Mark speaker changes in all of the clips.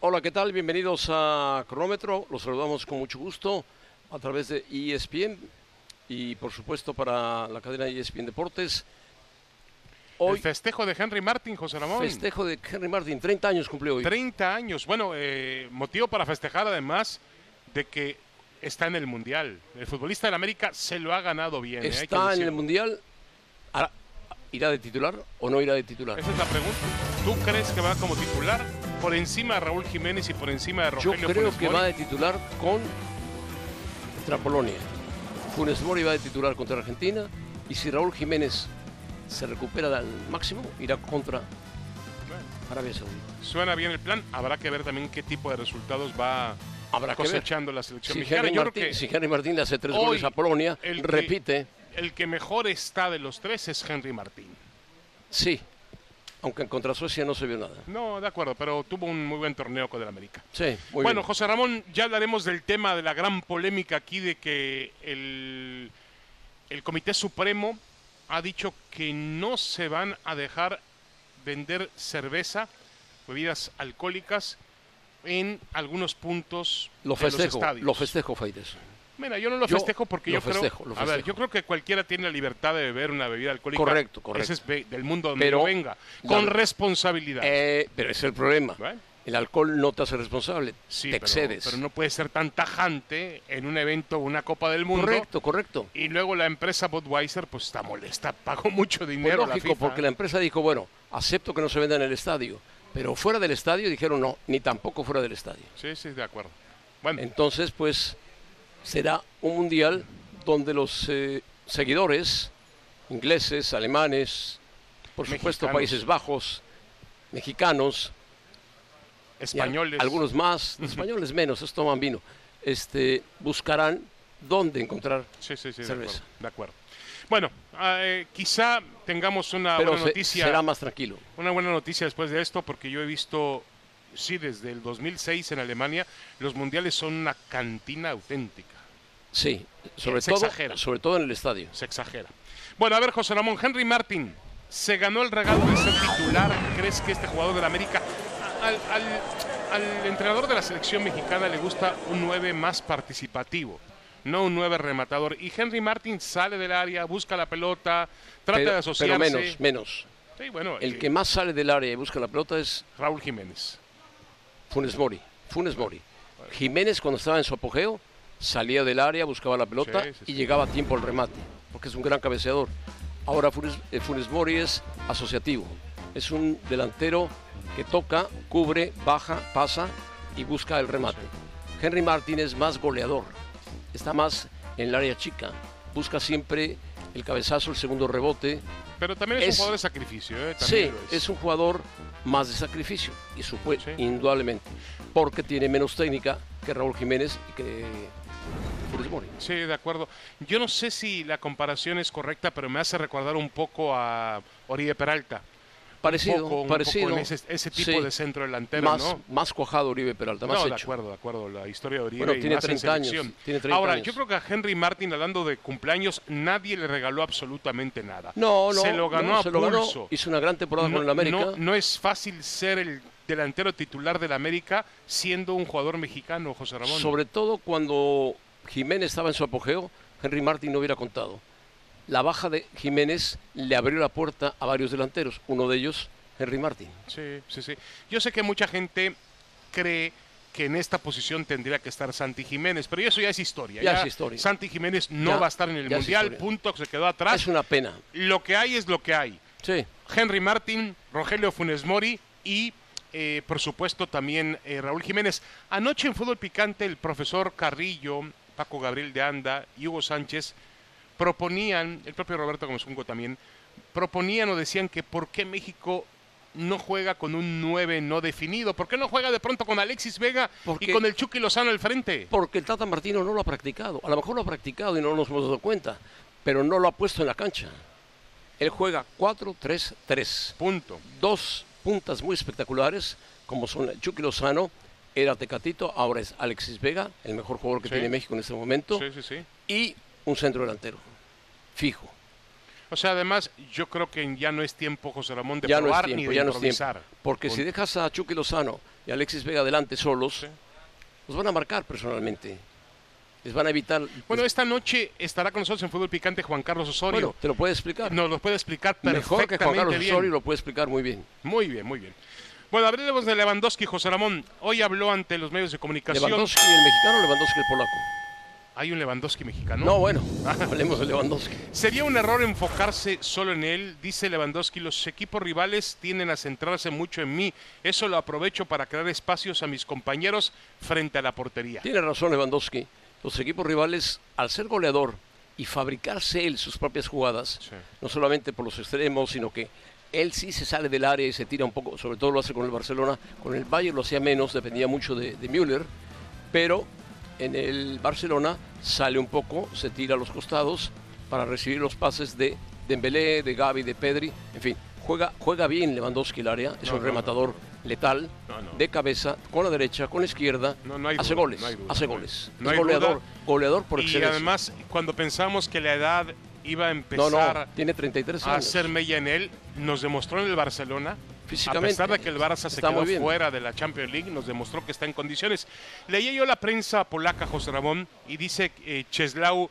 Speaker 1: Hola, ¿qué tal? Bienvenidos a Cronómetro. Los saludamos con mucho gusto a través de E ESPN y por supuesto para la cadena E ESPN Deportes.
Speaker 2: el festejo de Henry Martin, José Ramón.
Speaker 1: Festejo de Henry Martin, 30 años cumplió hoy.
Speaker 2: 30 años. Bueno, eh, motivo para festejar además de que está en el Mundial. El futbolista del América se lo ha ganado bien. eh, hay que
Speaker 1: Está en el
Speaker 2: decirlo.
Speaker 1: Mundial. Ahora, ¿Irá de titular o no irá de titular?
Speaker 2: Esa es la pregunta. ¿Tú crees que va como titular por encima de Raúl Jiménez y por encima de
Speaker 1: Yo
Speaker 2: Rogelio
Speaker 1: creo
Speaker 2: Funes
Speaker 1: que
Speaker 2: Mori?
Speaker 1: va de titular con Trapolonia. Funes Mori va de titular contra Argentina y si Raúl Jiménez se recupera al máximo, irá contra Arabia Saudita.
Speaker 2: Suena bien el plan. Habrá que ver también qué tipo de resultados va
Speaker 1: Habrá que ver.
Speaker 2: cosechando la selección
Speaker 1: Si
Speaker 2: mexicana.
Speaker 1: Henry,
Speaker 2: Yo creo
Speaker 1: Martín,
Speaker 2: que
Speaker 1: si Henry Martín le hace tres
Speaker 2: hoy
Speaker 1: goles a Polonia,
Speaker 2: el que-
Speaker 1: repite,
Speaker 2: el que mejor está de los tres es Henry Martín.
Speaker 1: sí. Aunque contra Suecia no se vio nada.
Speaker 2: No, de acuerdo, pero tuvo un muy buen torneo con el América.
Speaker 1: Sí, muy
Speaker 2: bueno,
Speaker 1: bien.
Speaker 2: José Ramón, ya hablaremos del tema de la gran polémica aquí de que el, el Comité Supremo ha dicho que no se van a dejar vender cerveza, bebidas alcohólicas en algunos puntos
Speaker 1: Lo
Speaker 2: de los
Speaker 1: festejo,
Speaker 2: estadios.
Speaker 1: lo festejo, Faites.
Speaker 2: Mira, yo no lo
Speaker 1: Yo
Speaker 2: festejo porque
Speaker 1: lo
Speaker 2: yo creo,
Speaker 1: festejo, lo
Speaker 2: a ver,
Speaker 1: festejo.
Speaker 2: yo creo que cualquiera tiene la libertad de beber una bebida alcohólica.
Speaker 1: Correcto, correcto.
Speaker 2: Ese es ve- del mundo donde
Speaker 1: Pero-
Speaker 2: yo venga, con
Speaker 1: Dale.
Speaker 2: responsabilidad.
Speaker 1: Eh, pero ese es el problema.
Speaker 2: Bueno.
Speaker 1: El alcohol no te hace responsable,
Speaker 2: Sí,
Speaker 1: te
Speaker 2: pero-
Speaker 1: excedes.
Speaker 2: Pero, no puede ser tan tajante en un evento, una Copa del Mundo.
Speaker 1: correcto, correcto.
Speaker 2: Y luego la empresa Budweiser, pues está molesta, pagó mucho
Speaker 1: Pues
Speaker 2: dinero. a
Speaker 1: lógico,
Speaker 2: la FIFA.
Speaker 1: porque la empresa dijo, bueno, acepto que no se venda en el estadio, pero fuera del estadio dijeron no, ni tampoco fuera del estadio.
Speaker 2: Sí, sí, de acuerdo. Bueno,
Speaker 1: Entonces, pues, será un mundial donde los eh, seguidores, ingleses, alemanes, por supuesto
Speaker 2: Mexicanos.
Speaker 1: Países Bajos, mexicanos, y a-
Speaker 2: españoles.
Speaker 1: algunos más, españoles menos, estos toman vino, este, buscarán dónde encontrar.
Speaker 2: Sí, sí, sí, de
Speaker 1: cerveza.
Speaker 2: acuerdo. de acuerdo. Bueno, ah, eh, quizá tengamos una
Speaker 1: pero
Speaker 2: Ah, buena
Speaker 1: se-
Speaker 2: noticia.
Speaker 1: será más tranquilo.
Speaker 2: Una buena noticia después de esto, porque yo he visto, sí, desde el 2006 en Alemania, los mundiales son una cantina auténtica.
Speaker 1: Sí, sobre
Speaker 2: Se
Speaker 1: todo,
Speaker 2: exagera.
Speaker 1: sobre todo en el estadio.
Speaker 2: Se exagera. Bueno, a ver, José Ramón, Henry Martin se ganó el regalo de ser titular. ¿Crees que este jugador del América, al, al- al entrenador de la selección mexicana le gusta un 9 más participativo? No un 9 rematador. Y Henry Martin sale del área, busca la pelota, trata
Speaker 1: Pero-
Speaker 2: de asociarse.
Speaker 1: pero menos, menos.
Speaker 2: Sí, bueno,
Speaker 1: El
Speaker 2: eh,
Speaker 1: que más sale del área y busca la pelota es
Speaker 2: Raúl Jiménez.
Speaker 1: Funes Mori. Funes Mori. Jiménez cuando estaba en su apogeo salía del área, buscaba la pelota
Speaker 2: Sí, sí, sí.
Speaker 1: y llegaba a tiempo al remate, porque es un gran cabeceador. Ahora Funes, eh, Funes Mori es asociativo. Es un delantero que toca, cubre, baja, pasa y busca el remate. Henry Martín es más goleador. Está más en el área chica. Busca siempre el cabezazo, el segundo rebote,
Speaker 2: Pero también es,
Speaker 1: Es-
Speaker 2: un jugador de sacrificio. ¿eh?
Speaker 1: Sí,
Speaker 2: También lo
Speaker 1: es un jugador más de sacrificio, y supue-
Speaker 2: Sí.
Speaker 1: indudablemente, porque tiene menos técnica que Raúl Jiménez y que Funes Mori.
Speaker 2: Sí, de acuerdo. Yo no sé si la comparación es correcta, pero me hace recordar un poco a Oribe Peralta.
Speaker 1: Parecido,
Speaker 2: poco, un poco
Speaker 1: parecido.
Speaker 2: en ese, ese tipo
Speaker 1: Sí,
Speaker 2: de centro delantero,
Speaker 1: más,
Speaker 2: ¿no?
Speaker 1: más cuajado Uribe Peralta, más
Speaker 2: No, de
Speaker 1: hecho.
Speaker 2: acuerdo, de acuerdo, la historia de Oribe
Speaker 1: Bueno,
Speaker 2: y
Speaker 1: tiene
Speaker 2: más en
Speaker 1: 30 años,
Speaker 2: selección.
Speaker 1: tiene 30
Speaker 2: Ahora,
Speaker 1: años.
Speaker 2: yo creo que a Henry Martin, hablando de cumpleaños, nadie le regaló absolutamente nada.
Speaker 1: No, no,
Speaker 2: Se lo ganó
Speaker 1: no,
Speaker 2: a
Speaker 1: se lo ganó,
Speaker 2: pulso.
Speaker 1: hizo una gran temporada con el
Speaker 2: no,
Speaker 1: América.
Speaker 2: no- no es fácil ser el delantero titular del América siendo un jugador mexicano, José Ramón.
Speaker 1: Sobre todo cuando Jiménez estaba en su apogeo, Henry Martín no hubiera contado. La baja de Jiménez le abrió la puerta a varios delanteros, uno de ellos, Henry Martín.
Speaker 2: Sí, sí, sí. Yo sé que mucha gente cree que en esta posición tendría que estar Santi Jiménez, pero eso ya es historia.
Speaker 1: Ya es historia.
Speaker 2: Santi Jiménez no
Speaker 1: Ya-
Speaker 2: va a estar en el
Speaker 1: ya es
Speaker 2: Mundial,
Speaker 1: historia.
Speaker 2: punto, se quedó atrás.
Speaker 1: Es una pena.
Speaker 2: Lo que hay es lo que hay.
Speaker 1: Sí.
Speaker 2: Henry Martín, Rogelio Funes Mori y, eh, por supuesto, también eh, Raúl Jiménez. Anoche en Fútbol Picante, el profesor Carrillo, Paco Gabriel de Anda y Hugo Sánchez proponían, el propio Roberto Gomezunco también, proponían o decían que por qué México no juega con un 9 no definido, por qué no juega de pronto con Alexis Vega y
Speaker 1: Porque-
Speaker 2: con el Chucky Lozano al frente.
Speaker 1: Porque el Tata Martino no lo ha practicado. A lo mejor lo ha practicado y no nos hemos dado cuenta, pero no lo ha puesto en la cancha. Él juega 4-3-3.
Speaker 2: Punto.
Speaker 1: Dos puntas muy espectaculares, como son el Chucky Lozano, era Tecatito, ahora es Alexis Vega, el mejor jugador que
Speaker 2: Sí.
Speaker 1: tiene México en este momento,
Speaker 2: Sí, sí, sí.
Speaker 1: y un centro delantero. Fijo.
Speaker 2: O sea, además, yo creo que ya no es tiempo, José Ramón, de
Speaker 1: ya no es
Speaker 2: probar ni
Speaker 1: tiempo,
Speaker 2: de
Speaker 1: ya no es tiempo.
Speaker 2: improvisar.
Speaker 1: Porque
Speaker 2: Punto.
Speaker 1: si dejas a Chucky Lozano y Alexis Vega adelante solos, los van a marcar personalmente. Les van a evitar.
Speaker 2: Bueno, esta noche estará con nosotros en Fútbol Picante Juan Carlos Osorio.
Speaker 1: Bueno, te lo puede explicar.
Speaker 2: Nos lo puede explicar perfectamente
Speaker 1: Mejor que Juan Carlos
Speaker 2: bien.
Speaker 1: Osorio lo puede explicar muy bien.
Speaker 2: Muy bien, muy bien. Bueno, hablaremos de Lewandowski, José Ramón. Hoy habló ante los medios de comunicación.
Speaker 1: Lewandowski el mexicano, Lewandowski el polaco.
Speaker 2: Hay un Lewandowski mexicano.
Speaker 1: No, bueno, hablemos de Lewandowski.
Speaker 2: Sería un error enfocarse solo en él, dice Lewandowski. Los equipos rivales tienden a centrarse mucho en mí. Eso lo aprovecho para crear espacios a mis compañeros frente a la portería.
Speaker 1: Tiene razón Lewandowski. Los equipos rivales, al ser goleador y fabricarse él sus propias jugadas,
Speaker 2: Sí.
Speaker 1: no solamente por los extremos, sino que él sí se sale del área y se tira un poco, sobre todo lo hace con el Barcelona, con el Bayern lo hacía menos, dependía mucho de, de Müller, pero en el Barcelona sale un poco, se tira a los costados para recibir los pases de Dembélé, de Gavi, de Pedri, en fin, juega, juega bien Lewandowski el área, es
Speaker 2: No,
Speaker 1: un
Speaker 2: no,
Speaker 1: rematador letal,
Speaker 2: No, no.
Speaker 1: de cabeza, con la derecha, con la izquierda,
Speaker 2: No, no hay
Speaker 1: hace
Speaker 2: duda,
Speaker 1: goles,
Speaker 2: no hay duda,
Speaker 1: hace
Speaker 2: no hay-
Speaker 1: goles, es
Speaker 2: no hay duda.
Speaker 1: goleador, goleador por
Speaker 2: Y
Speaker 1: excelencia.
Speaker 2: además, cuando pensamos que la edad iba a empezar
Speaker 1: no, no, tiene 33
Speaker 2: a
Speaker 1: años.
Speaker 2: hacer mella en él, nos demostró en el Barcelona. A
Speaker 1: Físicamente,
Speaker 2: pesar de que el Barça se
Speaker 1: está
Speaker 2: quedó
Speaker 1: muy bien.
Speaker 2: fuera de la Champions League, nos demostró que está en condiciones. Leía yo la prensa polaca, José Ramón, y dice eh, Czeslau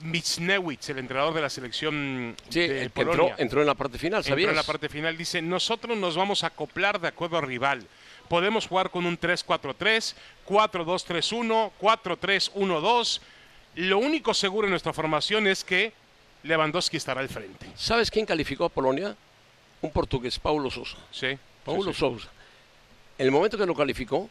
Speaker 2: Michnewicz, el entrenador de la selección
Speaker 1: Sí,
Speaker 2: de
Speaker 1: el que
Speaker 2: Polonia.
Speaker 1: entró, entró en la parte final,
Speaker 2: Entró
Speaker 1: ¿sabías?
Speaker 2: en la parte final, dice, nosotros nos vamos a acoplar de acuerdo al rival. Podemos jugar con un 3-4-3, 4-2-3-1, 4-3-1-2. Lo único seguro en nuestra formación es que Lewandowski estará al frente.
Speaker 1: ¿Sabes quién calificó a Polonia? Un portugués, Paulo Sousa.
Speaker 2: Sí. sí,
Speaker 1: Paulo
Speaker 2: sí.
Speaker 1: Sousa. En el momento que lo calificó,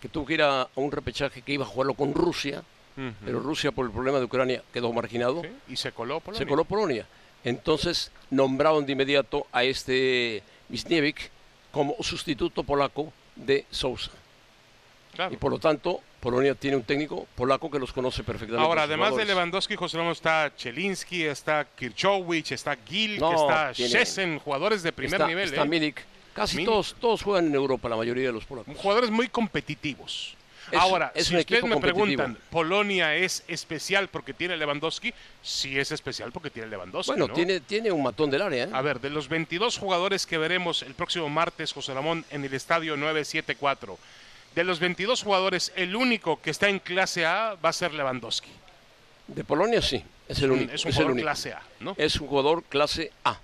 Speaker 1: que tuvo que ir a, a un repechaje que iba a jugarlo con Rusia,
Speaker 2: Ujú.
Speaker 1: pero Rusia por el problema de Ucrania quedó marginado,
Speaker 2: Sí, Y se coló Polonia.
Speaker 1: se coló Polonia. Entonces nombraron de inmediato a este Wisniewicz como sustituto polaco de Sousa.
Speaker 2: Claro.
Speaker 1: Y por lo tanto, Polonia tiene un técnico polaco que los conoce perfectamente.
Speaker 2: Ahora,
Speaker 1: los
Speaker 2: además de
Speaker 1: jugadores.
Speaker 2: Lewandowski, José Ramón, está Chelinski, está Kirchhovic, está Gil,
Speaker 1: No,
Speaker 2: está
Speaker 1: tiene-
Speaker 2: Chesen, jugadores de primer
Speaker 1: está,
Speaker 2: nivel.
Speaker 1: está
Speaker 2: ¿eh?
Speaker 1: Milik. Casi
Speaker 2: Milik.
Speaker 1: Todos, todos juegan en Europa, la mayoría de los polacos.
Speaker 2: Jugadores muy competitivos.
Speaker 1: Es-
Speaker 2: Ahora,
Speaker 1: es
Speaker 2: si
Speaker 1: un
Speaker 2: ustedes
Speaker 1: equipo
Speaker 2: me
Speaker 1: competitivo.
Speaker 2: preguntan, ¿Polonia es especial porque tiene Lewandowski? Sí es especial porque tiene Lewandowski.
Speaker 1: Bueno,
Speaker 2: ¿no?
Speaker 1: tiene, tiene un matón del área. ¿eh?
Speaker 2: A ver, de los 22 jugadores que veremos el próximo martes, José Ramón, en el estadio 974, de los 22 jugadores, el único que está en clase A va a ser Lewandowski.
Speaker 1: De Polonia sí, es el único.
Speaker 2: es un
Speaker 1: es el
Speaker 2: jugador
Speaker 1: único.
Speaker 2: clase A, ¿no?
Speaker 1: Es un jugador clase A.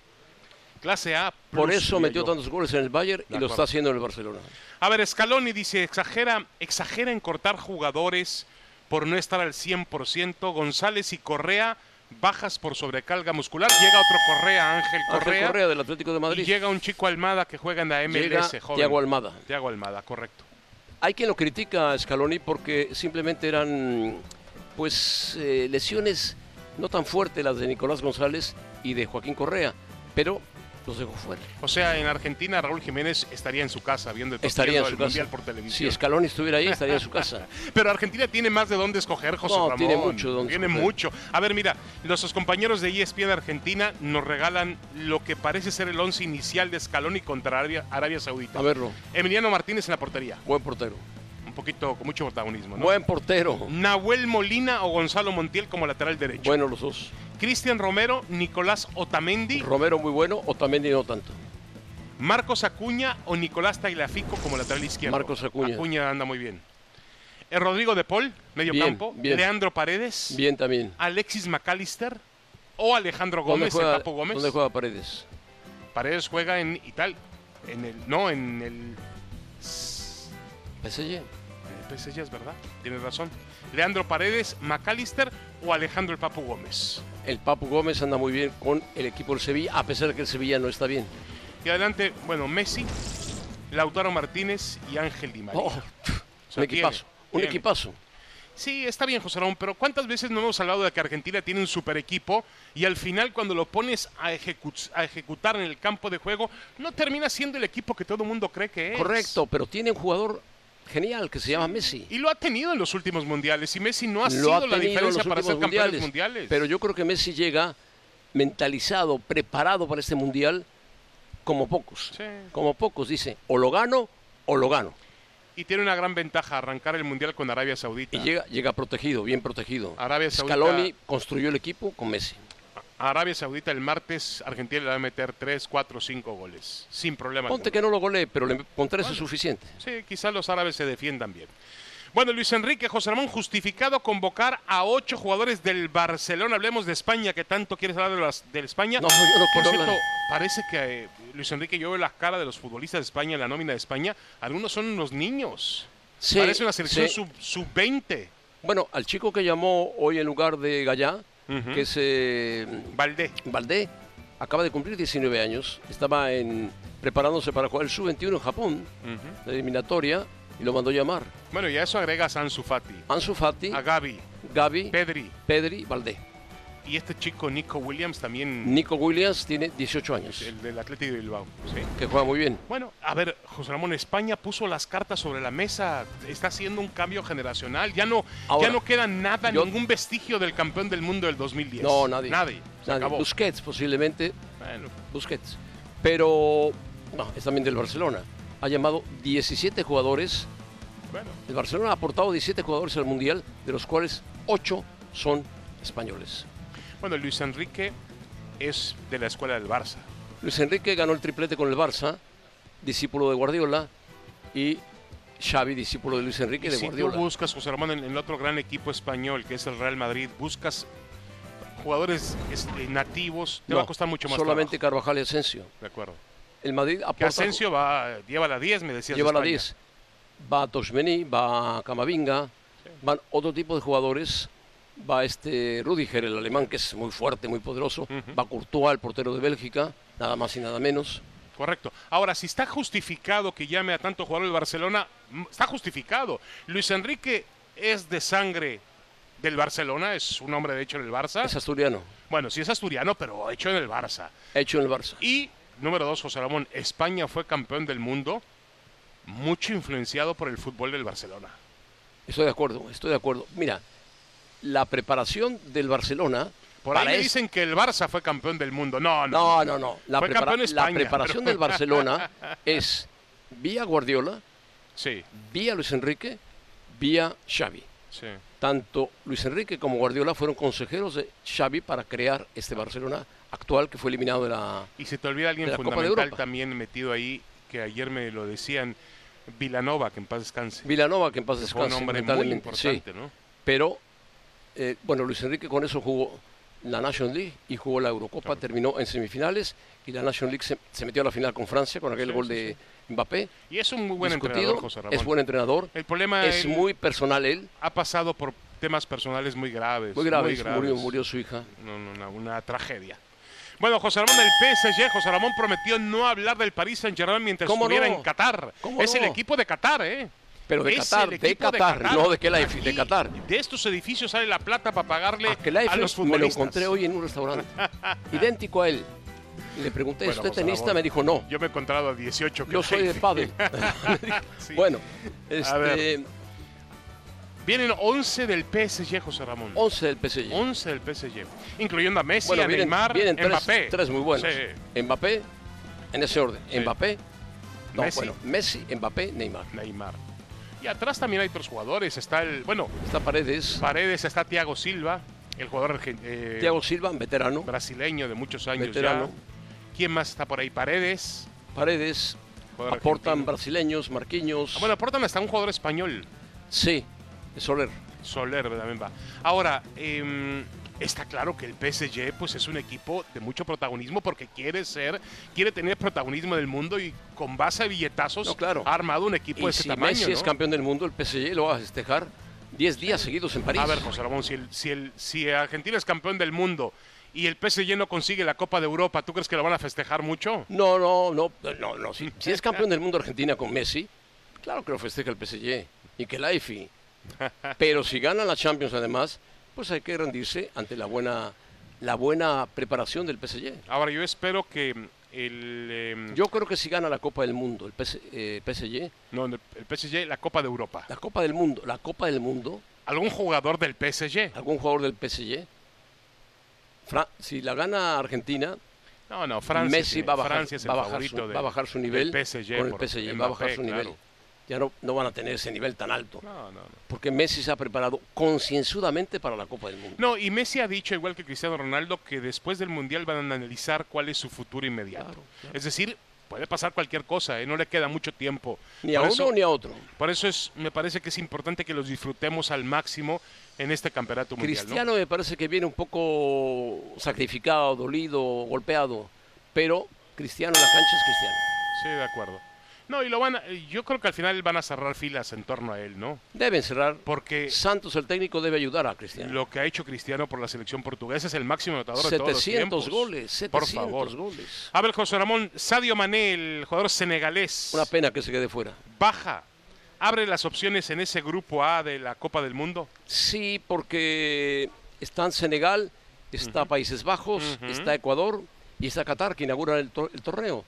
Speaker 2: Clase A.
Speaker 1: Por
Speaker 2: plus,
Speaker 1: eso
Speaker 2: diría
Speaker 1: metió
Speaker 2: yo.
Speaker 1: tantos goles en el Bayern y lo
Speaker 2: acuerdo.
Speaker 1: está haciendo en el Barcelona.
Speaker 2: A ver, Scaloni dice, exagera, exagera en cortar jugadores por no estar al 100%. González y Correa, bajas por sobrecarga muscular. Llega otro Correa, Ángel
Speaker 1: Ángel
Speaker 2: Correa.
Speaker 1: Correa del Atlético de
Speaker 2: y
Speaker 1: Madrid.
Speaker 2: llega un chico Almada que juega en la MLS,
Speaker 1: Llega
Speaker 2: joven.
Speaker 1: Thiago Almada.
Speaker 2: Thiago Almada, correcto.
Speaker 1: Hay quien lo critica a Scaloni porque simplemente eran pues eh, lesiones no tan fuertes las de Nicolás González y de Joaquín Correa, pero los dejó fuera.
Speaker 2: O sea, en Argentina Raúl Jiménez estaría en su casa viendo el,
Speaker 1: Estaría en
Speaker 2: viendo
Speaker 1: su
Speaker 2: el Mundial
Speaker 1: casa.
Speaker 2: por
Speaker 1: Si
Speaker 2: televisión.
Speaker 1: Scaloni estuviera ahí, estaría en su casa.
Speaker 2: Pero Argentina tiene más de dónde escoger, José
Speaker 1: No,
Speaker 2: Ramón.
Speaker 1: tiene mucho de dónde
Speaker 2: Tiene
Speaker 1: escoger.
Speaker 2: mucho. A ver, mira, nuestros compañeros de E ESPN Argentina nos regalan lo que parece ser el once inicial de Scaloni contra Arabia, Arabia Saudita.
Speaker 1: A verlo.
Speaker 2: Emiliano Martínez en la portería.
Speaker 1: Buen portero.
Speaker 2: Un poquito, con mucho protagonismo, ¿no?
Speaker 1: Buen portero.
Speaker 2: Nahuel Molina o Gonzalo Montiel como lateral derecho.
Speaker 1: Bueno los dos.
Speaker 2: Cristian Romero, Nicolás Otamendi,
Speaker 1: Romero muy bueno, Otamendi no tanto.
Speaker 2: Marcos Acuña o Nicolás Taglafico como lateral izquierdo.
Speaker 1: Marcos Acuña.
Speaker 2: Acuña anda muy bien. Eh, Rodrigo de Paul, medio
Speaker 1: Bien,
Speaker 2: campo.
Speaker 1: bien.
Speaker 2: Leandro Paredes.
Speaker 1: Bien también.
Speaker 2: Alexis McAllister o Alejandro
Speaker 1: ¿Dónde
Speaker 2: Ah, Gómez, el
Speaker 1: juega,
Speaker 2: Papo Gómez.
Speaker 1: dónde juega Paredes?
Speaker 2: Paredes juega en Italia. En el, no, en el, S-
Speaker 1: PSG.
Speaker 2: en el PSG, es verdad. Tienes razón. Leandro Paredes, McAllister o Alejandro el Papo Gómez.
Speaker 1: El Papu Gómez anda muy bien con el equipo del Sevilla, a pesar de que el Sevilla no está bien.
Speaker 2: Y adelante, bueno, Messi, Lautaro Martínez y Ángel Di María.
Speaker 1: Oh,
Speaker 2: O sea,
Speaker 1: un equipazo.
Speaker 2: tiene,
Speaker 1: Un
Speaker 2: tiene.
Speaker 1: equipazo.
Speaker 2: Sí, está bien, José Ramón, pero ¿cuántas veces no hemos hablado de que Argentina tiene un super equipo y al final cuando lo pones a, ejecu- a ejecutar en el campo de juego, no termina siendo el equipo que todo el mundo cree que es?
Speaker 1: Correcto, pero tiene un jugador genial que se llama Messi.
Speaker 2: Y lo ha tenido en los últimos mundiales y Messi no ha sido
Speaker 1: Lo ha
Speaker 2: la
Speaker 1: tenido en
Speaker 2: diferencia
Speaker 1: los
Speaker 2: para ser
Speaker 1: últimos mundiales,
Speaker 2: campeones mundiales.
Speaker 1: Pero yo creo que Messi llega mentalizado, preparado para este mundial, como pocos.
Speaker 2: Sí.
Speaker 1: Como pocos, dice, o lo gano o lo gano.
Speaker 2: Y tiene una gran ventaja arrancar el mundial con Arabia Saudita.
Speaker 1: Y llega, llega protegido, bien protegido.
Speaker 2: Arabia Saudita-
Speaker 1: Scaloni construyó el equipo con Messi.
Speaker 2: Arabia Saudita el martes, Argentina le va a meter 3, 4, 5 goles, sin problema.
Speaker 1: Ponte
Speaker 2: alguno.
Speaker 1: que no lo golee, pero le, con tres es suficiente.
Speaker 2: Sí, quizás los árabes se defiendan bien. Bueno, Luis Enrique, José Ramón, justificado convocar a ocho jugadores del Barcelona. Hablemos de España, que tanto quieres hablar de, las, de España.
Speaker 1: No, yo no
Speaker 2: Por
Speaker 1: quiero
Speaker 2: cierto,
Speaker 1: hablar.
Speaker 2: parece que eh, Luis Enrique, yo veo la cara de los futbolistas de España, en la nómina de España. Algunos son unos niños.
Speaker 1: Sí,
Speaker 2: parece una selección
Speaker 1: sí.
Speaker 2: sub- sub-20.
Speaker 1: Bueno, al chico que llamó hoy en lugar de Gallá,
Speaker 2: Ujú.
Speaker 1: que es eh,
Speaker 2: Valdé.
Speaker 1: Valdé, acaba de cumplir 19 años, estaba en, preparándose para jugar el Sub-21 en Japón, la eliminatoria, y lo mandó llamar.
Speaker 2: Bueno, y a eso agrega a Ansu Fati,
Speaker 1: Ansu Fati,
Speaker 2: a Gaby,
Speaker 1: Gaby,
Speaker 2: Pedri.
Speaker 1: Pedri, Valdé.
Speaker 2: Y este chico Nico Williams también,
Speaker 1: Nico Williams tiene 18 años,
Speaker 2: el del Atlético de Bilbao. ¿sí?
Speaker 1: que juega muy bien.
Speaker 2: Bueno, a ver, José Ramón, España puso las cartas sobre la mesa, está haciendo un cambio generacional, ya no,
Speaker 1: Ahora,
Speaker 2: ya no queda nada,
Speaker 1: yo-
Speaker 2: ningún vestigio del campeón del mundo del 2010.
Speaker 1: No, nadie.
Speaker 2: Nadie,
Speaker 1: Nadie.
Speaker 2: se
Speaker 1: Pues-
Speaker 2: acabó.
Speaker 1: Busquets, posiblemente,
Speaker 2: Bueno,
Speaker 1: Busquets. Pero no, es también del Barcelona. Ha llamado 17 jugadores.
Speaker 2: bueno,
Speaker 1: El Barcelona ha aportado 17 jugadores al Mundial, de los cuales 8 son españoles.
Speaker 2: Bueno, Luis Enrique es de la escuela del Barça.
Speaker 1: Luis Enrique ganó el triplete con el Barça, discípulo de Guardiola, y Xavi, discípulo de Luis Enrique y
Speaker 2: Y
Speaker 1: de
Speaker 2: si tú
Speaker 1: Guardiola.
Speaker 2: buscas, José Ramón, en en el otro gran equipo español, que es el Real Madrid, buscas jugadores este, nativos, te va a
Speaker 1: No,
Speaker 2: costar mucho más
Speaker 1: Solamente
Speaker 2: trabajo.
Speaker 1: Carvajal y Asensio.
Speaker 2: De acuerdo.
Speaker 1: El Madrid
Speaker 2: Que
Speaker 1: aporta.
Speaker 2: Asensio va, lleva la 10, me decías. de
Speaker 1: lleva la
Speaker 2: España.
Speaker 1: 10. Va Toshmeni, va Camavinga, van otro tipo de jugadores. Va este Rudiger, el alemán, que es muy fuerte, muy poderoso. Va Courtois, el portero de Bélgica, nada más y nada menos.
Speaker 2: Correcto. Ahora, si está justificado que llame a tanto jugador del Barcelona, mm, está justificado. Luis Enrique es de sangre del Barcelona, es un hombre de hecho en el Barça.
Speaker 1: Es asturiano,
Speaker 2: Bueno, sí es asturiano, pero hecho en el Barça.
Speaker 1: hecho en el Barça.
Speaker 2: Y, número dos, José Ramón, España fue campeón del mundo, mucho influenciado por el fútbol del Barcelona.
Speaker 1: Estoy de acuerdo, estoy de acuerdo. Mira, la preparación del Barcelona.
Speaker 2: Por
Speaker 1: para
Speaker 2: ahí
Speaker 1: este-
Speaker 2: me dicen que el Barça fue campeón del mundo. No, no.
Speaker 1: No, no, no. La,
Speaker 2: Fue
Speaker 1: prepara-
Speaker 2: campeón España,
Speaker 1: la preparación
Speaker 2: pero-
Speaker 1: del Barcelona es vía Guardiola,
Speaker 2: Sí,
Speaker 1: vía Luis Enrique, vía Xavi.
Speaker 2: sí.
Speaker 1: Tanto Luis Enrique como Guardiola fueron consejeros de Xavi para crear este Barcelona actual que fue eliminado de la...
Speaker 2: Y se te olvida alguien
Speaker 1: de la Copa de
Speaker 2: fundamental
Speaker 1: Europa.
Speaker 2: también metido ahí, que ayer me lo decían, Vilanova, que en paz descanse.
Speaker 1: Vilanova, que en paz
Speaker 2: Fue
Speaker 1: descanse.
Speaker 2: un hombre muy
Speaker 1: lamentablemente,
Speaker 2: importante,
Speaker 1: sí.
Speaker 2: ¿no?
Speaker 1: pero eh, bueno, Luis Enrique con eso jugó la National League y jugó la Eurocopa, terminó en semifinales y la National League se, se metió a la final con Francia con aquel
Speaker 2: Sí,
Speaker 1: gol
Speaker 2: sí,
Speaker 1: de Mbappé.
Speaker 2: Y es un muy buen
Speaker 1: discutido,
Speaker 2: entrenador, José Ramón.
Speaker 1: es buen entrenador,
Speaker 2: El problema
Speaker 1: es
Speaker 2: es
Speaker 1: muy personal él,
Speaker 2: ha pasado por temas personales muy graves.
Speaker 1: muy grave, murió, murió su hija.
Speaker 2: No, no, no, una tragedia. Bueno, José Ramón, el PSG, José Ramón prometió no hablar del París Saint-Germain mientras
Speaker 1: ¿Cómo
Speaker 2: estuviera
Speaker 1: no?
Speaker 2: en Qatar.
Speaker 1: ¿Cómo
Speaker 2: es el
Speaker 1: no?
Speaker 2: equipo de Qatar, ¿eh?
Speaker 1: Pero de
Speaker 2: Es
Speaker 1: Qatar,
Speaker 2: el
Speaker 1: de
Speaker 2: equipo
Speaker 1: Qatar, no de que la Eiffel,
Speaker 2: Aquí,
Speaker 1: E, de Qatar.
Speaker 2: De estos edificios sale la plata para pagarle
Speaker 1: A que la Eiffel
Speaker 2: a los
Speaker 1: E me lo
Speaker 2: futbolistas.
Speaker 1: encontré hoy en un restaurante, idéntico a él. Le pregunté,
Speaker 2: Bueno,
Speaker 1: ¿usted
Speaker 2: José
Speaker 1: tenista?
Speaker 2: Ramón,
Speaker 1: Me dijo, no,
Speaker 2: Yo me he encontrado a 18 que
Speaker 1: yo
Speaker 2: la
Speaker 1: soy de
Speaker 2: Eiffel.
Speaker 1: pádel.
Speaker 2: Sí.
Speaker 1: Bueno,
Speaker 2: ver.
Speaker 1: este,
Speaker 2: Vienen 11 del PSG, José Ramón.
Speaker 1: 11 del PSG.
Speaker 2: 11 del PSG, incluyendo a Messi,
Speaker 1: Bueno,
Speaker 2: a
Speaker 1: vienen,
Speaker 2: Neymar,
Speaker 1: vienen tres,
Speaker 2: Mbappé.
Speaker 1: tres muy buenos.
Speaker 2: Sí.
Speaker 1: Mbappé, en ese orden.
Speaker 2: Sí.
Speaker 1: Mbappé, no,
Speaker 2: Messi.
Speaker 1: bueno, Messi, Mbappé, Neymar.
Speaker 2: Neymar. Y atrás también hay otros jugadores. Está el, bueno,
Speaker 1: Esta pared es
Speaker 2: Paredes, está Thiago Silva, el jugador argen- eh,
Speaker 1: Thiago Silva, veterano.
Speaker 2: brasileño de muchos años
Speaker 1: Veterano.
Speaker 2: ya. ¿Quién más está por ahí? Paredes.
Speaker 1: Paredes,
Speaker 2: Jugador
Speaker 1: aportan
Speaker 2: argentino.
Speaker 1: brasileños, marquiños.
Speaker 2: Ah, Bueno, aportan hasta un jugador español,
Speaker 1: sí, Soler.
Speaker 2: Soler también va. Ahora, em, está claro que el PSG pues, es un equipo de mucho protagonismo porque quiere ser, quiere tener protagonismo del mundo y con base de billetazos
Speaker 1: No, claro.
Speaker 2: ha armado un equipo de
Speaker 1: y
Speaker 2: ese
Speaker 1: si
Speaker 2: tamaño.
Speaker 1: Messi es
Speaker 2: ¿no?
Speaker 1: campeón del mundo, el PSG lo va a festejar 10 días seguidos en París.
Speaker 2: A ver, José Ramón, si, el, si, el, si Argentina es campeón del mundo y el PSG no consigue la Copa de Europa, ¿tú crees que lo van a festejar mucho?
Speaker 1: no, no, no, no, no. Si, si es campeón del mundo Argentina con Messi, claro que lo festeja el PSG y que el AIFI. Pero si gana la Champions además, pues hay que rendirse ante la buena, la buena preparación del PSG.
Speaker 2: Ahora, yo espero que mm, el, em,
Speaker 1: Yo creo que si gana la Copa del Mundo, el PS- eh, PSG,
Speaker 2: no, el PSG, la Copa de Europa.
Speaker 1: la Copa del Mundo, la Copa del Mundo,
Speaker 2: ¿Algún jugador del PSG?
Speaker 1: algún jugador del PSG, Fra- si la gana Argentina,
Speaker 2: No, no, Francia.
Speaker 1: Messi
Speaker 2: tiene-
Speaker 1: va a bajar,
Speaker 2: Francia es el
Speaker 1: va a bajar
Speaker 2: favorito
Speaker 1: su,
Speaker 2: del-
Speaker 1: va a bajar su nivel
Speaker 2: del PSG
Speaker 1: con el
Speaker 2: por
Speaker 1: PSG, va a
Speaker 2: Mbappé,
Speaker 1: bajar su nivel.
Speaker 2: claro.
Speaker 1: ya no, no van a tener ese nivel tan alto.
Speaker 2: No, no, no.
Speaker 1: Porque Messi se ha preparado concienzudamente para la Copa del Mundo.
Speaker 2: No, y Messi ha dicho, igual que Cristiano Ronaldo, que después del Mundial van a analizar cuál es su futuro inmediato.
Speaker 1: Claro, claro.
Speaker 2: Es decir, puede pasar cualquier cosa, ¿eh? no le queda mucho tiempo.
Speaker 1: Ni a
Speaker 2: Por
Speaker 1: uno
Speaker 2: eso-
Speaker 1: ni a otro.
Speaker 2: Por eso es, me parece que es importante que los disfrutemos al máximo en este campeonato mundial. ¿no?
Speaker 1: Cristiano me parece que viene un poco sacrificado, dolido, golpeado, pero Cristiano en la cancha es Cristiano.
Speaker 2: Sí, de acuerdo. No, y lo van a- yo creo que al final van a cerrar filas en torno a él, ¿no?
Speaker 1: Deben cerrar.
Speaker 2: Porque
Speaker 1: Santos, el técnico, debe ayudar a Cristiano.
Speaker 2: lo que ha hecho Cristiano por la selección portuguesa es el máximo anotador de todos los
Speaker 1: 700
Speaker 2: tiempos.
Speaker 1: goles, 700
Speaker 2: Por favor.
Speaker 1: goles.
Speaker 2: Abel José Ramón, Sadio Mané, el jugador senegalés,
Speaker 1: Una pena que se quede fuera.
Speaker 2: baja. Abre las opciones en ese grupo A de la Copa del Mundo.
Speaker 1: Sí, porque está en Senegal, está Países Bajos, está Ecuador y está Qatar, que inaugura el, tor- el torneo.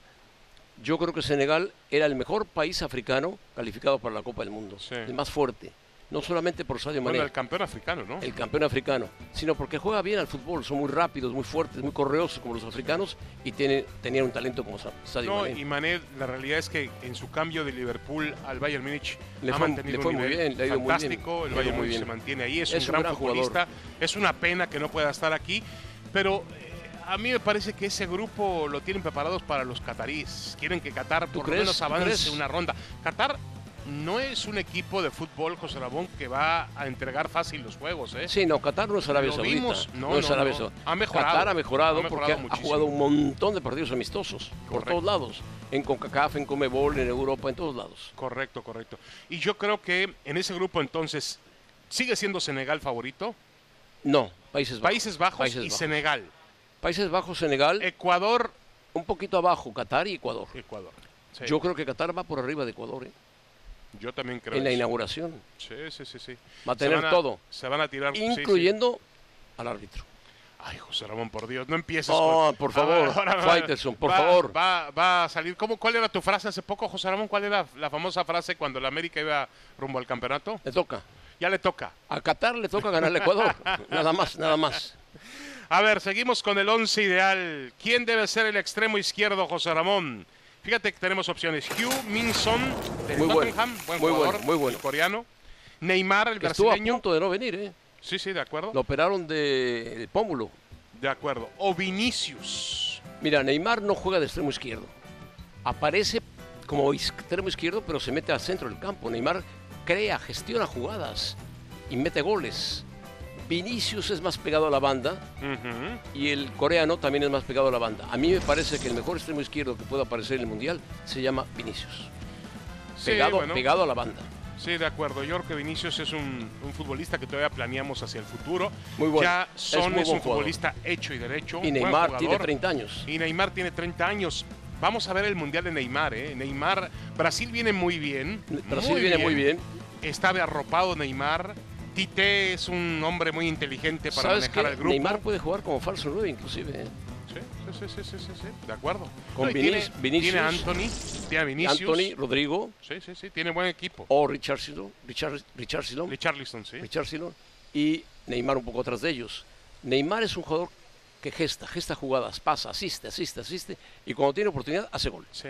Speaker 1: Yo creo que Senegal era el mejor país africano calificado para la Copa del Mundo,
Speaker 2: Sí.
Speaker 1: el más fuerte, no solamente por Sadio Mané,
Speaker 2: Bueno, el campeón africano, ¿no?
Speaker 1: el campeón africano, sino porque juega bien al fútbol, son muy rápidos, muy fuertes, muy correosos como los africanos y tienen, tenían un talento como Sa- Sadio
Speaker 2: No,
Speaker 1: Mané.
Speaker 2: y Mané, la realidad es que en su cambio de Liverpool al Bayern Múnich
Speaker 1: Le
Speaker 2: ha
Speaker 1: fue-
Speaker 2: mantenido
Speaker 1: le fue
Speaker 2: un
Speaker 1: muy
Speaker 2: nivel
Speaker 1: bien, le ha ido muy bien,
Speaker 2: fantástico.
Speaker 1: le ha
Speaker 2: El
Speaker 1: ido
Speaker 2: Bayern
Speaker 1: muy
Speaker 2: Múnich
Speaker 1: bien.
Speaker 2: se mantiene ahí, es, un gran, futbolista. Es una pena que no pueda estar aquí, pero eh, a mí me parece que ese grupo lo tienen preparados para los catarís. Quieren que Qatar por
Speaker 1: crees?
Speaker 2: lo menos
Speaker 1: ¿Tú
Speaker 2: avance
Speaker 1: crees?
Speaker 2: una ronda. Qatar no es un equipo de fútbol, José Rabón, que va a entregar fácil los juegos, ¿eh?
Speaker 1: Sí, no, Qatar no es Arabia
Speaker 2: Lo
Speaker 1: Saudita.
Speaker 2: vimos. No,
Speaker 1: No, es
Speaker 2: no,
Speaker 1: Arabia
Speaker 2: no.
Speaker 1: Saudita.
Speaker 2: Ha mejorado.
Speaker 1: Qatar ha mejorado,
Speaker 2: Ha mejorado
Speaker 1: porque ha- ha
Speaker 2: muchísimo.
Speaker 1: jugado un montón de partidos amistosos por
Speaker 2: Correcto.
Speaker 1: todos lados. En CONCACAF, en COMEBOL, en Europa, en todos lados.
Speaker 2: Correcto, correcto. Y yo creo que en ese grupo entonces sigue siendo Senegal favorito.
Speaker 1: No, Países Bajos.
Speaker 2: Países Bajos
Speaker 1: Países
Speaker 2: y
Speaker 1: Bajos.
Speaker 2: Senegal.
Speaker 1: Países Bajos, Senegal,
Speaker 2: Ecuador,
Speaker 1: un poquito abajo, Qatar y Ecuador.
Speaker 2: Ecuador. Sí,
Speaker 1: Yo creo que Qatar va por arriba de Ecuador ¿eh?
Speaker 2: yo también creo.
Speaker 1: en la
Speaker 2: eso.
Speaker 1: inauguración.
Speaker 2: Sí, sí, sí, sí.
Speaker 1: Va a
Speaker 2: Se
Speaker 1: tener
Speaker 2: van
Speaker 1: todo,
Speaker 2: Se van a tirar. sí, sí.
Speaker 1: incluyendo al árbitro.
Speaker 2: Ay, José Ramón, por Dios, no empieces.
Speaker 1: Oh,
Speaker 2: con-
Speaker 1: por favor,
Speaker 2: va-
Speaker 1: Faitelson, por
Speaker 2: va-
Speaker 1: favor.
Speaker 2: Va, va a salir. ¿Cómo, ¿Cuál era tu frase hace poco, José Ramón? ¿Cuál era la famosa frase cuando la América iba rumbo al campeonato?
Speaker 1: Le toca.
Speaker 2: Ya le toca.
Speaker 1: A Qatar le toca ganar a Ecuador. nada más, nada más.
Speaker 2: A ver, seguimos con el once ideal. ¿Quién debe ser el extremo izquierdo, José Ramón? Fíjate que tenemos opciones. Hugh Minson del
Speaker 1: Muy bueno,
Speaker 2: Tottenham, buen
Speaker 1: muy bueno,
Speaker 2: jugador,
Speaker 1: muy bueno.
Speaker 2: el coreano. Neymar, el
Speaker 1: Que estuvo a
Speaker 2: brasileño.
Speaker 1: punto de no venir, ¿eh?
Speaker 2: Sí, sí, de acuerdo.
Speaker 1: Lo operaron de del pómulo.
Speaker 2: De acuerdo. O Vinicius.
Speaker 1: Mira, Neymar no juega de extremo izquierdo. Aparece como is- extremo izquierdo, pero se mete al centro del campo. Neymar crea, gestiona jugadas y mete goles. Vinicius es más pegado a la banda
Speaker 2: Ujú.
Speaker 1: y el coreano también es más pegado a la banda. A mí me parece que el mejor extremo izquierdo que pueda aparecer en el Mundial se llama Vinicius.
Speaker 2: Sí,
Speaker 1: Pegado,
Speaker 2: bueno,
Speaker 1: pegado a la banda.
Speaker 2: sí, de acuerdo. Yo creo que Vinicius es un, un futbolista que todavía planeamos hacia el futuro.
Speaker 1: Muy bueno,
Speaker 2: Ya
Speaker 1: es
Speaker 2: Son
Speaker 1: muy
Speaker 2: es,
Speaker 1: buen
Speaker 2: un
Speaker 1: jugador.
Speaker 2: futbolista hecho y derecho.
Speaker 1: Y
Speaker 2: buen
Speaker 1: Neymar tiene
Speaker 2: jugador.
Speaker 1: 30 años.
Speaker 2: Y Neymar tiene 30 años. Vamos a ver el Mundial de Neymar, ¿eh? Neymar, Brasil viene muy bien.
Speaker 1: Brasil viene muy bien.
Speaker 2: Está arropado Neymar. Tite es un hombre muy inteligente para
Speaker 1: ¿Sabes
Speaker 2: manejar
Speaker 1: qué?
Speaker 2: al grupo.
Speaker 1: Neymar puede jugar como falso 9 inclusive. ¿eh?
Speaker 2: Sí, sí, sí, sí, sí, sí, sí, de acuerdo.
Speaker 1: Con
Speaker 2: y
Speaker 1: Vinic-
Speaker 2: tiene,
Speaker 1: Vinicius.
Speaker 2: tiene a Anthony, tiene a Vinicius.
Speaker 1: Anthony, Oh. Rodrigo
Speaker 2: Sí, sí, sí, tiene buen equipo.
Speaker 1: o Richardson. Richard, Richardson.
Speaker 2: Richarlison, sí.
Speaker 1: Richarlison y Neymar un poco atrás de ellos. Neymar es un jugador que gesta, gesta jugadas, pasa, asiste, asiste, asiste y cuando tiene oportunidad hace gol.
Speaker 2: Sí.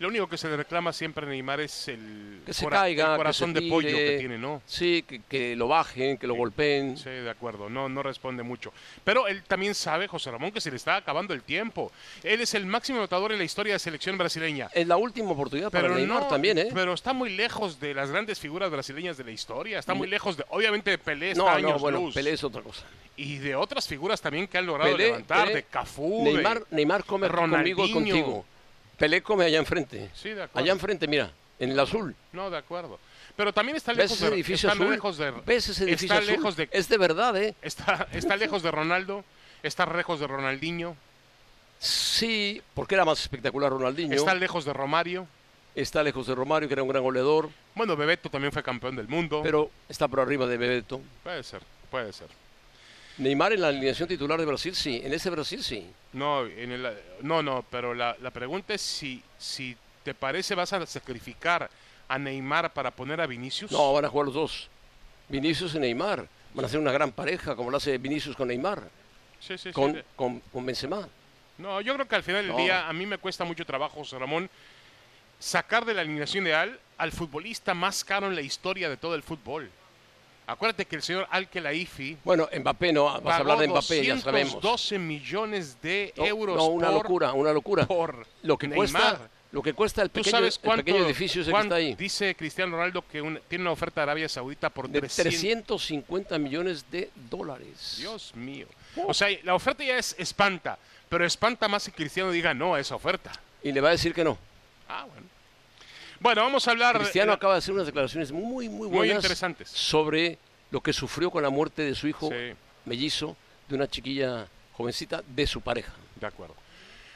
Speaker 2: Lo único que se le reclama siempre a Neymar es el,
Speaker 1: Que se
Speaker 2: cora-
Speaker 1: caiga,
Speaker 2: el
Speaker 1: que
Speaker 2: corazón
Speaker 1: se
Speaker 2: de pollo que
Speaker 1: tire.
Speaker 2: tiene, ¿no?
Speaker 1: Sí, que, que lo bajen, que lo golpeen.
Speaker 2: Sí, de acuerdo, no, no responde mucho. Pero él también sabe, José Ramón, que se le está acabando el tiempo. Él es el máximo anotador en la historia de selección brasileña.
Speaker 1: Es la última oportunidad
Speaker 2: Pero
Speaker 1: Eh, para Neymar
Speaker 2: no,
Speaker 1: también, ¿eh?
Speaker 2: Pero está muy lejos de las grandes figuras brasileñas de la historia. Está muy lejos de, obviamente, de Pelé está
Speaker 1: no, no,
Speaker 2: años
Speaker 1: bueno,
Speaker 2: luz.
Speaker 1: Pelé es otra cosa.
Speaker 2: Y de otras figuras también que han logrado
Speaker 1: Pelé,
Speaker 2: levantar,
Speaker 1: Pelé,
Speaker 2: de Cafú, de-
Speaker 1: Neymar, Neymar come aquí conmigo y
Speaker 2: Ronaldinho.
Speaker 1: contigo. Pelé come allá enfrente.
Speaker 2: Sí, de acuerdo.
Speaker 1: Allá enfrente, mira, en el azul.
Speaker 2: No, de acuerdo. Pero también está
Speaker 1: ¿Ves
Speaker 2: lejos
Speaker 1: ese
Speaker 2: de,
Speaker 1: edificio
Speaker 2: está
Speaker 1: azul?
Speaker 2: lejos de
Speaker 1: ¿Ves ese edificio
Speaker 2: está
Speaker 1: azul?
Speaker 2: lejos de
Speaker 1: Es de verdad, ¿eh?
Speaker 2: está, está lejos de Ronaldo, está lejos de Ronaldinho,
Speaker 1: Sí, porque era más espectacular Ronaldinho.
Speaker 2: está lejos de Romario.
Speaker 1: Está lejos de Romario, que era un gran goleador,
Speaker 2: Bueno, Bebeto también fue campeón del mundo.
Speaker 1: pero está por arriba de Bebeto.
Speaker 2: Puede ser, puede ser.
Speaker 1: Neymar en la alineación titular de Brasil, sí. En ese Brasil, sí.
Speaker 2: No, en el- no, no, pero la, la pregunta es si, si te parece vas a sacrificar a Neymar para poner a Vinicius.
Speaker 1: No, van a jugar los dos. Vinicius y Neymar. Van a ser una gran pareja, como lo hace Vinicius con Neymar,
Speaker 2: Sí, sí, sí,
Speaker 1: con,
Speaker 2: de-
Speaker 1: con, con Benzema.
Speaker 2: no, yo creo que al final del
Speaker 1: No.
Speaker 2: día a mí me cuesta mucho trabajo, José Ramón, sacar de la alineación ideal al futbolista más caro en la historia de todo el fútbol. Acuérdate que el señor Al-Khelaifi
Speaker 1: Bueno, Mbappé no, vas a hablar de Mbappé, ya sabemos.
Speaker 2: 12 millones de
Speaker 1: No,
Speaker 2: euros
Speaker 1: no, una
Speaker 2: por,
Speaker 1: locura, una locura.
Speaker 2: por
Speaker 1: Lo que
Speaker 2: Neymar.
Speaker 1: cuesta, lo que cuesta el
Speaker 2: ¿Tú
Speaker 1: pequeño,
Speaker 2: sabes
Speaker 1: el
Speaker 2: cuánto,
Speaker 1: pequeño edificio ese que
Speaker 2: cuán-
Speaker 1: está ahí.
Speaker 2: Dice Cristiano Ronaldo que un- tiene una oferta de Arabia Saudita por
Speaker 1: De
Speaker 2: 300.
Speaker 1: 350 millones de dólares.
Speaker 2: Dios mío. O sea, la oferta ya es espanta, pero espanta más si Cristiano diga no a esa oferta.
Speaker 1: Y le va a decir que no.
Speaker 2: Ah, bueno. Bueno, vamos a hablar.
Speaker 1: Cristiano
Speaker 2: eh,
Speaker 1: acaba de hacer unas declaraciones muy, muy buenas.
Speaker 2: Muy interesantes.
Speaker 1: Sobre lo que sufrió con la muerte de su hijo
Speaker 2: Sí.
Speaker 1: mellizo, de una chiquilla jovencita, de su pareja.
Speaker 2: De acuerdo.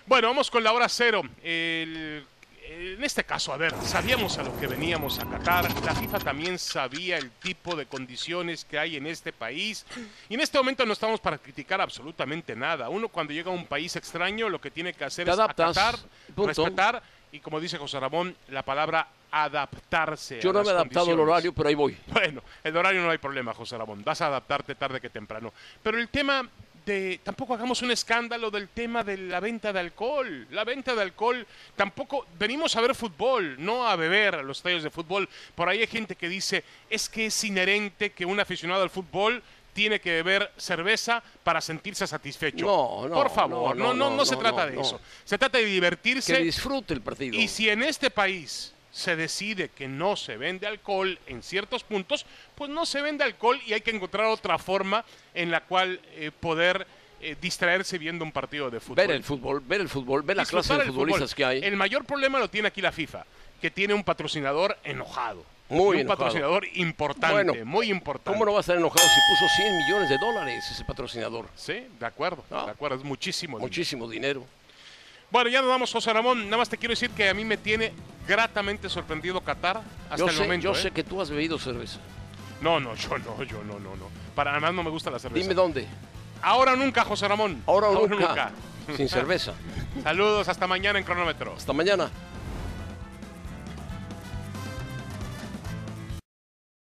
Speaker 2: Bueno, vamos con la hora cero. El- en este caso, a ver, sabíamos a lo que veníamos a Qatar. La FIFA también sabía el tipo de condiciones que hay en este país. Y en este momento no estamos para criticar absolutamente nada. Uno cuando llega a un país extraño lo que tiene que hacer
Speaker 1: Te
Speaker 2: es
Speaker 1: adaptas,
Speaker 2: acatar,
Speaker 1: punto.
Speaker 2: respetar y como dice José Ramón, la palabra adaptarse.
Speaker 1: Yo
Speaker 2: a
Speaker 1: no me he
Speaker 2: las
Speaker 1: adaptado al
Speaker 2: condiciones.
Speaker 1: horario, pero ahí voy.
Speaker 2: Bueno, el horario no hay problema, José Ramón. Vas a adaptarte tarde que temprano. Pero el tema de. Tampoco hagamos un escándalo del tema de la venta de alcohol. La venta de alcohol. Tampoco. Venimos a ver fútbol, no a beber a los estadios de fútbol. Por ahí hay gente que dice: es que es inherente que un aficionado al fútbol tiene que beber cerveza para sentirse satisfecho.
Speaker 1: No, no,
Speaker 2: Por favor,
Speaker 1: no,
Speaker 2: no, no, no,
Speaker 1: no,
Speaker 2: se
Speaker 1: no,
Speaker 2: trata
Speaker 1: no,
Speaker 2: de
Speaker 1: no.
Speaker 2: eso. Se trata de divertirse.
Speaker 1: Que disfrute el partido.
Speaker 2: Y si en este país se decide que no se vende alcohol en ciertos puntos, pues no se vende alcohol y hay que encontrar otra forma en la cual eh, poder eh, distraerse viendo un partido de fútbol.
Speaker 1: ver el fútbol, ver el fútbol, ver la clase
Speaker 2: Disfrutar
Speaker 1: de
Speaker 2: el
Speaker 1: futbolistas
Speaker 2: fútbol.
Speaker 1: que hay.
Speaker 2: El mayor problema lo tiene aquí la FIFA, que tiene un patrocinador enojado.
Speaker 1: Muy
Speaker 2: Y un
Speaker 1: enojado.
Speaker 2: patrocinador importante,
Speaker 1: Bueno,
Speaker 2: muy importante.
Speaker 1: ¿Cómo no va a estar enojado si puso 100 millones de dólares ese patrocinador?
Speaker 2: Sí, de acuerdo,
Speaker 1: No.
Speaker 2: de acuerdo, es muchísimo. dinero.
Speaker 1: Muchísimo dinero.
Speaker 2: Bueno, ya nos vamos, José Ramón. Nada más te quiero decir que a mí me tiene gratamente sorprendido Qatar hasta
Speaker 1: Yo
Speaker 2: el
Speaker 1: sé,
Speaker 2: momento.
Speaker 1: yo
Speaker 2: ¿eh?
Speaker 1: sé que tú has bebido cerveza.
Speaker 2: No, no, yo no, yo no, no, no. Para nada más no me gusta la cerveza.
Speaker 1: Dime dónde.
Speaker 2: Ahora o nunca, José Ramón.
Speaker 1: Ahora o nunca. Sin cerveza.
Speaker 2: Saludos, hasta mañana en cronómetro.
Speaker 1: Hasta mañana.